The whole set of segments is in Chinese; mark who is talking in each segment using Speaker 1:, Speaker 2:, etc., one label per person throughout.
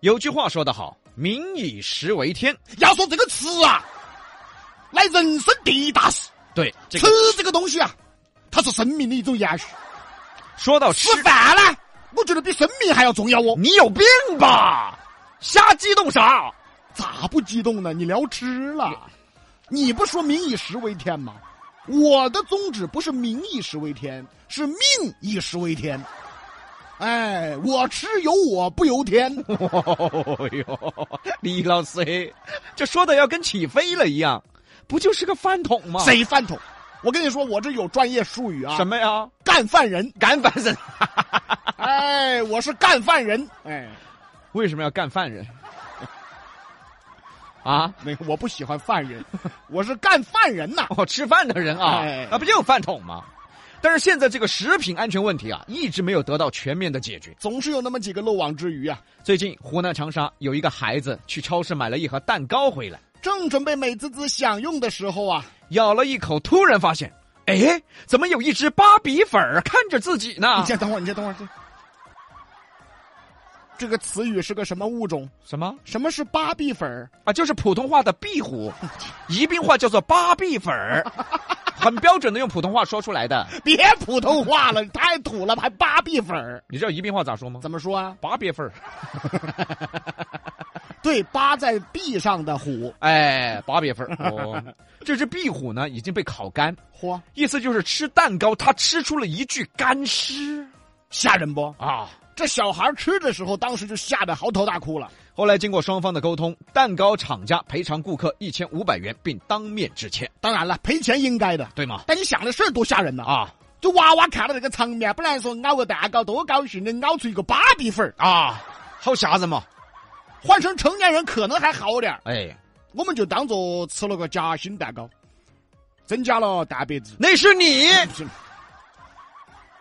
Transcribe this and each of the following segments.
Speaker 1: 有句话说得好，“民以食为天
Speaker 2: 要说这个吃啊，乃人生第一大事。”。
Speaker 1: 对，这
Speaker 2: 吃
Speaker 1: 个
Speaker 2: 这个东西啊，它是生命的一种延续。
Speaker 1: 说到吃
Speaker 2: 吃，饭呢，我觉得比生命还要重要哦。
Speaker 1: 你有病吧？瞎激动啥？
Speaker 2: 咋不激动呢？你聊吃了，你不说“民以食为天”吗？我的宗旨不是“民以食为天”，是“命以食为天”。哎，我吃有我不 由天。
Speaker 1: 哦哟，李老师，这说的要跟起飞了一样，不就是个饭桶吗？
Speaker 2: 谁饭桶？我跟你说，我这有专业术语啊，
Speaker 1: 啊什么呀？。
Speaker 2: 干饭人
Speaker 1: 干饭人？
Speaker 2: 哎，我是干饭人。哎，
Speaker 1: 为什么要干饭 人？啊？
Speaker 2: 那个我不喜欢饭人，我是干饭人 呐。
Speaker 1: 哦，吃饭的人啊
Speaker 2: 哎，
Speaker 1: 那不就饭桶吗？但是现在这个食品安全问题啊，一直没有得到全面的解决。
Speaker 2: 总是有那么几个漏网之鱼啊。
Speaker 1: 最近湖南长沙有一个孩子去超市买了一盒蛋糕回来，
Speaker 2: 正准备美滋滋享用的时候啊，
Speaker 1: 咬了一口，突然发现，哎，怎么有一只芭比粉儿看着自己
Speaker 2: 你
Speaker 1: 呢？
Speaker 2: 先等会儿，你先等会儿。这这个词语是个什么物种？
Speaker 1: 什么
Speaker 2: 什么是芭比粉儿？
Speaker 1: 啊？就是普通话的壁虎，宜宾话叫做芭比粉儿，很标准的用普通话说出来的。
Speaker 2: 别普通话了，太土了，还芭比粉儿？
Speaker 1: 你知道宜宾话咋说吗？
Speaker 2: 怎么说啊？
Speaker 1: 芭比粉儿，
Speaker 2: 对，扒在壁上的虎，
Speaker 1: 哎，芭比粉儿。 哦，这只壁虎呢已经被烤干，
Speaker 2: 嚯，
Speaker 1: 意思就是吃蛋糕，它吃出了一具干尸
Speaker 2: 吓人不？
Speaker 1: 啊。
Speaker 2: 这小孩吃的时候，当时就吓得嚎啕大哭了。
Speaker 1: 后来经过双方的沟通，蛋糕厂家赔偿顾客一千五百元，并当面致歉，
Speaker 2: 当然了，赔钱应该的。
Speaker 1: 对吗？
Speaker 2: 但你想的事儿多吓人呐！啊！
Speaker 1: 啊
Speaker 2: 就娃娃看到这个场面，本来说咬个蛋糕多高兴，能咬出一个芭比粉儿，
Speaker 1: 啊，好吓人嘛！
Speaker 2: 换成成年人可能还好点儿。
Speaker 1: 哎，
Speaker 2: 我们就当做吃了个夹心蛋糕，增加了蛋白质。
Speaker 1: 那是你，
Speaker 2: 不是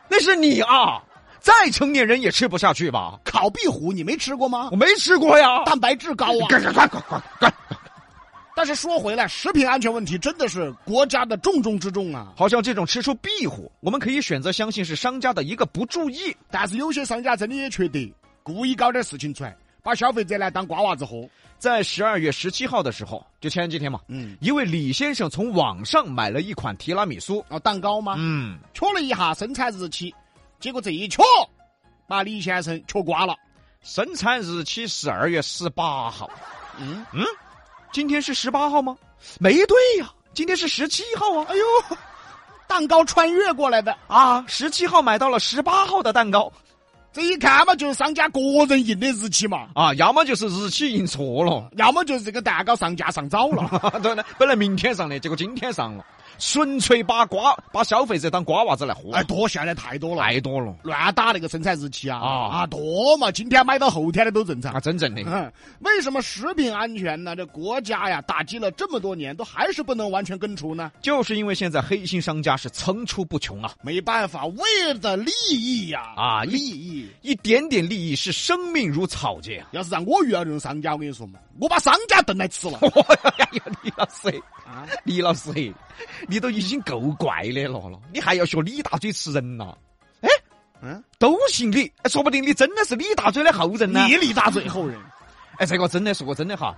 Speaker 1: 那是你啊！再成年人也吃不下去吧？
Speaker 2: 烤壁虎你没吃过吗
Speaker 1: 我？没吃过呀。
Speaker 2: 蛋白质高啊！
Speaker 1: 滚滚滚滚滚滚！
Speaker 2: 但是说回来，食品安全问题真的是国家的重中之重啊！
Speaker 1: 好像这种吃出壁虎，我们可以选择相信是商家的一个不注意。
Speaker 2: 但是有些商家真的也缺德，故意搞点事情出来，把消费者呢当瓜娃子喝。
Speaker 1: 在十二月十七号的时候，就前几天嘛，
Speaker 2: 嗯，
Speaker 1: 一位李先生从网上买了一款提拉米苏，
Speaker 2: 哦，蛋糕吗？
Speaker 1: 嗯，
Speaker 2: 确了一下生产日期，结果这一确，把李先生确瓜了。
Speaker 1: 生产日期十二月十八号，
Speaker 2: 嗯，
Speaker 1: 今天是十八号吗？没对呀、今天是十七号啊！
Speaker 2: 哎呦，蛋糕穿越过来的，
Speaker 1: 啊，十七号买到了十八号的蛋糕。
Speaker 2: 这一看嘛，就是商家个人印的日期嘛。
Speaker 1: 啊，要么就是日期印错了，
Speaker 2: 要么就是这个蛋糕上架上早了。
Speaker 1: 对呢，本来明天上的，结果今天上了，纯粹把瓜把消费者当瓜娃子来喝，
Speaker 2: 哎，多现在太多了，
Speaker 1: 太多了
Speaker 2: 乱打那个生产日期啊
Speaker 1: 哎啊
Speaker 2: 啊，多嘛，今天买到后天的都正常
Speaker 1: 啊，。真正的
Speaker 2: 嗯， 为什么食品安全呢？这国家呀，打击了这么多年，都还是不能完全根除呢。
Speaker 1: 就是因为现在黑心商家是层出不穷啊
Speaker 2: 没办法，为了利益呀，
Speaker 1: 啊，
Speaker 2: 利
Speaker 1: 一
Speaker 2: 益。
Speaker 1: 一点点利益是生命如草芥啊！
Speaker 2: 要是让我遇到这种商家，我跟你说嘛，我把商家炖来吃 了
Speaker 1: 哎呀，李老师，
Speaker 2: 啊！
Speaker 1: 李老师，你都已经够怪的了了，你还要学李大嘴吃人呐、哎，
Speaker 2: 嗯，
Speaker 1: 都姓李，哎说不定你真的是李大嘴的后人呢、
Speaker 2: 你力大最 后人，
Speaker 1: 哎，这个真的，说个真的哈，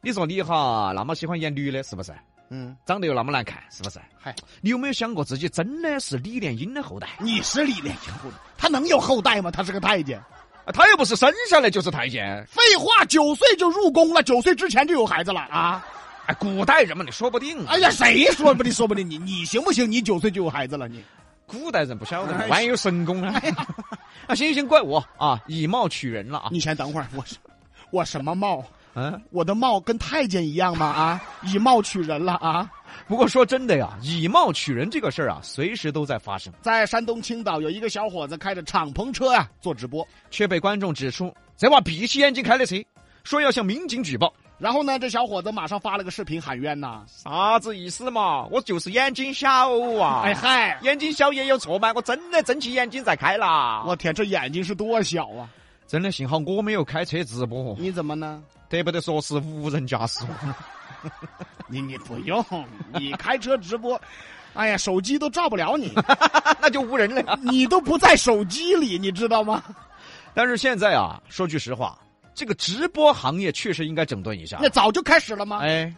Speaker 1: 你说你哈那么喜欢演女的，是不是？
Speaker 2: 嗯，
Speaker 1: 长得又那么难看，是不是？
Speaker 2: 嗨，
Speaker 1: 你有没有想过自己真的是李莲英的后代？
Speaker 2: 你是李连英后代，他能有后代吗？他是个太监。
Speaker 1: 啊他又不是生下来就是太监，
Speaker 2: 废话，九岁就入宫了，九岁之前就有孩子了啊！
Speaker 1: 哎，古代人嘛，你说不定。啊
Speaker 2: 哎，呀，谁说不定说不定你你行不行？你九岁就有孩子了，你
Speaker 1: 古代人不晓
Speaker 2: 哎
Speaker 1: 得，万一有神功呢？啊，行行，怪我啊，以貌取人了啊。
Speaker 2: 你先等会儿，我是我什么貌？
Speaker 1: 嗯，
Speaker 2: 我的貌跟太监一样吗？啊，以貌取人了啊！
Speaker 1: 不过说真的呀，以貌取人这个事儿啊，随时都在发生，
Speaker 2: 在山东青岛有一个小伙子开着敞篷车啊做直播，
Speaker 1: 却被观众指出这娃闭起眼睛开的车，说要向民警举报，
Speaker 2: 然后呢，这小伙子马上发了个视频喊冤呐！
Speaker 1: 啥子意思嘛？我就是眼睛小啊！
Speaker 2: 哎嗨，
Speaker 1: 眼睛小也有错吗？我真的睁起眼睛在开啦！
Speaker 2: 我天，这眼睛是多小啊！
Speaker 1: 真的幸好我没有开车直播，
Speaker 2: 你怎么呢？
Speaker 1: 得不得说是无人驾驶。
Speaker 2: 你你不用，你开车直播，哎呀，手机都照不了你，
Speaker 1: 那就无人了呀。
Speaker 2: 你都不在手机里，你知道吗？
Speaker 1: 但是现在啊，说句实话，这个直播行业确实应该整顿一下。
Speaker 2: 那早就开始了吗？
Speaker 1: 哎，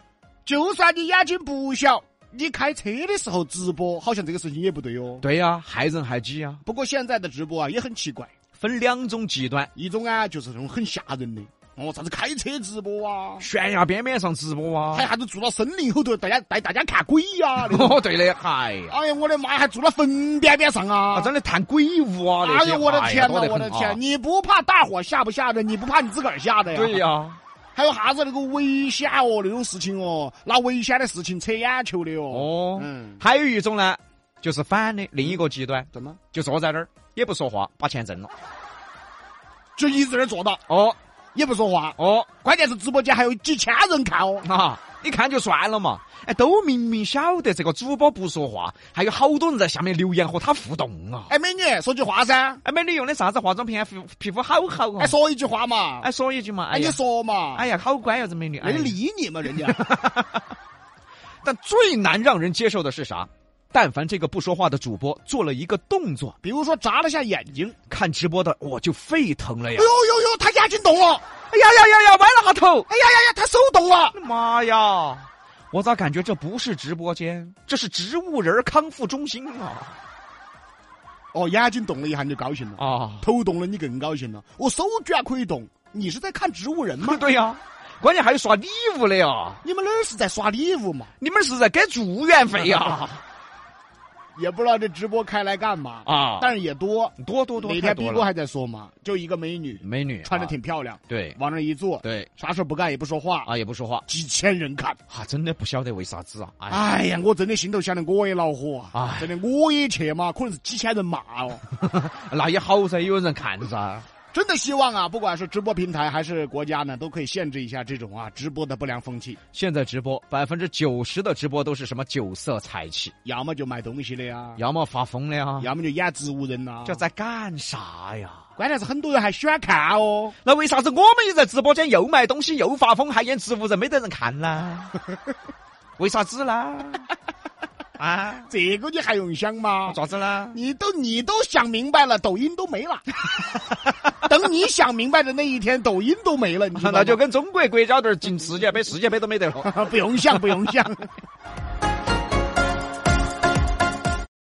Speaker 2: 就算你眼睛不小，你开车的时候直播，好像这个事情也不对哦。
Speaker 1: 对呀、害人害己呀，
Speaker 2: 不过现在的直播啊也很奇怪，
Speaker 1: 分两种极端：
Speaker 2: 一种啊就是那种很吓人的，哦，啥子开车直播啊，
Speaker 1: 悬崖边边上直播啊
Speaker 2: 还。啥子住到森林后头，大家带大家看鬼呀、那种
Speaker 1: 哦，对的，嗨呀，
Speaker 2: 哎呀，我的妈，还住到坟边边上啊！
Speaker 1: 啊，真的探鬼屋啊，那
Speaker 2: 哎
Speaker 1: 些
Speaker 2: 呦，我的天
Speaker 1: 哪
Speaker 2: 呐，，我的天！
Speaker 1: 你
Speaker 2: 你不怕大伙吓不吓的？你不怕你自个儿吓的呀？
Speaker 1: 啊对呀、啊
Speaker 2: 还有啥子那个危险哦，那种事情哦，拿危险的事情扯眼球的哦。
Speaker 1: 哦，
Speaker 2: 嗯，
Speaker 1: 还有一种呢，就是反的另一个极端，
Speaker 2: 怎么
Speaker 1: 就坐在那儿也不说话，把钱挣了。
Speaker 2: 就一直在那儿坐到，
Speaker 1: 哦
Speaker 2: 也不说话？
Speaker 1: 哦，
Speaker 2: 关键是直播间还有几千人看哦。
Speaker 1: 啊，你看就算了嘛，哎，都明明晓得这个主播不说话，还有好多人在下面留言和他互动啊。
Speaker 2: 哎，美女，说句话噻，
Speaker 1: 哎，美女用的啥子化妆品啊？皮肤皮肤好好哦
Speaker 2: 哎，。说一句话嘛，
Speaker 1: 哎，说一句嘛，
Speaker 2: 哎，
Speaker 1: 哎
Speaker 2: 你
Speaker 1: 呀，
Speaker 2: 说嘛，
Speaker 1: 哎呀，好乖呀，这美女。哎
Speaker 2: 人
Speaker 1: 呀
Speaker 2: 家，理你嘛，人家。
Speaker 1: 但最难让人接受的是啥？但凡这个不说话的主播做了一个动作，
Speaker 2: 比如说眨了下眼睛，
Speaker 1: 看直播的我就沸腾了
Speaker 2: 哎
Speaker 1: 呀
Speaker 2: 呦！呦呦，他眼睛动了，
Speaker 1: 哎呀呀呀呀，歪了下头！
Speaker 2: 哎呀呀呀，他手动了。
Speaker 1: 妈呀！我咋感觉这不是直播间，这是植物人康复中心啊！
Speaker 2: 哦，眼睛动了一下你就高兴了。
Speaker 1: 啊，？
Speaker 2: 头哦动了，你更高兴了。我手居然可以动，你是在看植物人吗
Speaker 1: 对呀、关键还有刷礼物的呀！
Speaker 2: 你们哪儿是在耍礼物嘛？
Speaker 1: 你们是在给住院费呀？
Speaker 2: 也不知道这直播开来干嘛，
Speaker 1: 啊，
Speaker 2: 但是也多。
Speaker 1: 多多多，
Speaker 2: 哪
Speaker 1: 太
Speaker 2: 天
Speaker 1: 多
Speaker 2: 逼
Speaker 1: 了
Speaker 2: 哥还在说嘛，就一个美女，
Speaker 1: 美女
Speaker 2: 穿的
Speaker 1: 啊
Speaker 2: 挺漂亮，
Speaker 1: 对
Speaker 2: 往那一坐，
Speaker 1: 对
Speaker 2: 啥事不干也不说话，
Speaker 1: 啊，也不说话
Speaker 2: 几千人看。
Speaker 1: 啊，真的不晓得为啥子啊！哎，
Speaker 2: 哎呀，我真的心头想的我也恼火啊
Speaker 1: 哎！
Speaker 2: 真的我也去嘛，可能是几千人骂 哦。
Speaker 1: 那也好噻，有人看噻。
Speaker 2: 真的希望啊，不管是直播平台还是国家呢，都可以限制一下这种啊直播的不良风气，
Speaker 1: 现在直播百分之九十的直播都是什么酒色财气，
Speaker 2: 要么就卖东西的呀，
Speaker 1: 要么发疯的呀，
Speaker 2: 要么就演植物人呐。
Speaker 1: 这在干啥呀？
Speaker 2: 关键是很多人还喜欢看哦。
Speaker 1: 那为啥子我们也在直播间又卖东西又发疯还演植物人，没得人看 呢？为啥子呢？ 啊，
Speaker 2: 这个你还用想吗？
Speaker 1: 咋子 呢？
Speaker 2: 你都你都想明白了，抖音都没了。等你想明白的那一天，抖音 都没了，你知道吗
Speaker 1: 那就跟中国国家队进世界杯，世界杯都没得了。
Speaker 2: 不用想，不用想。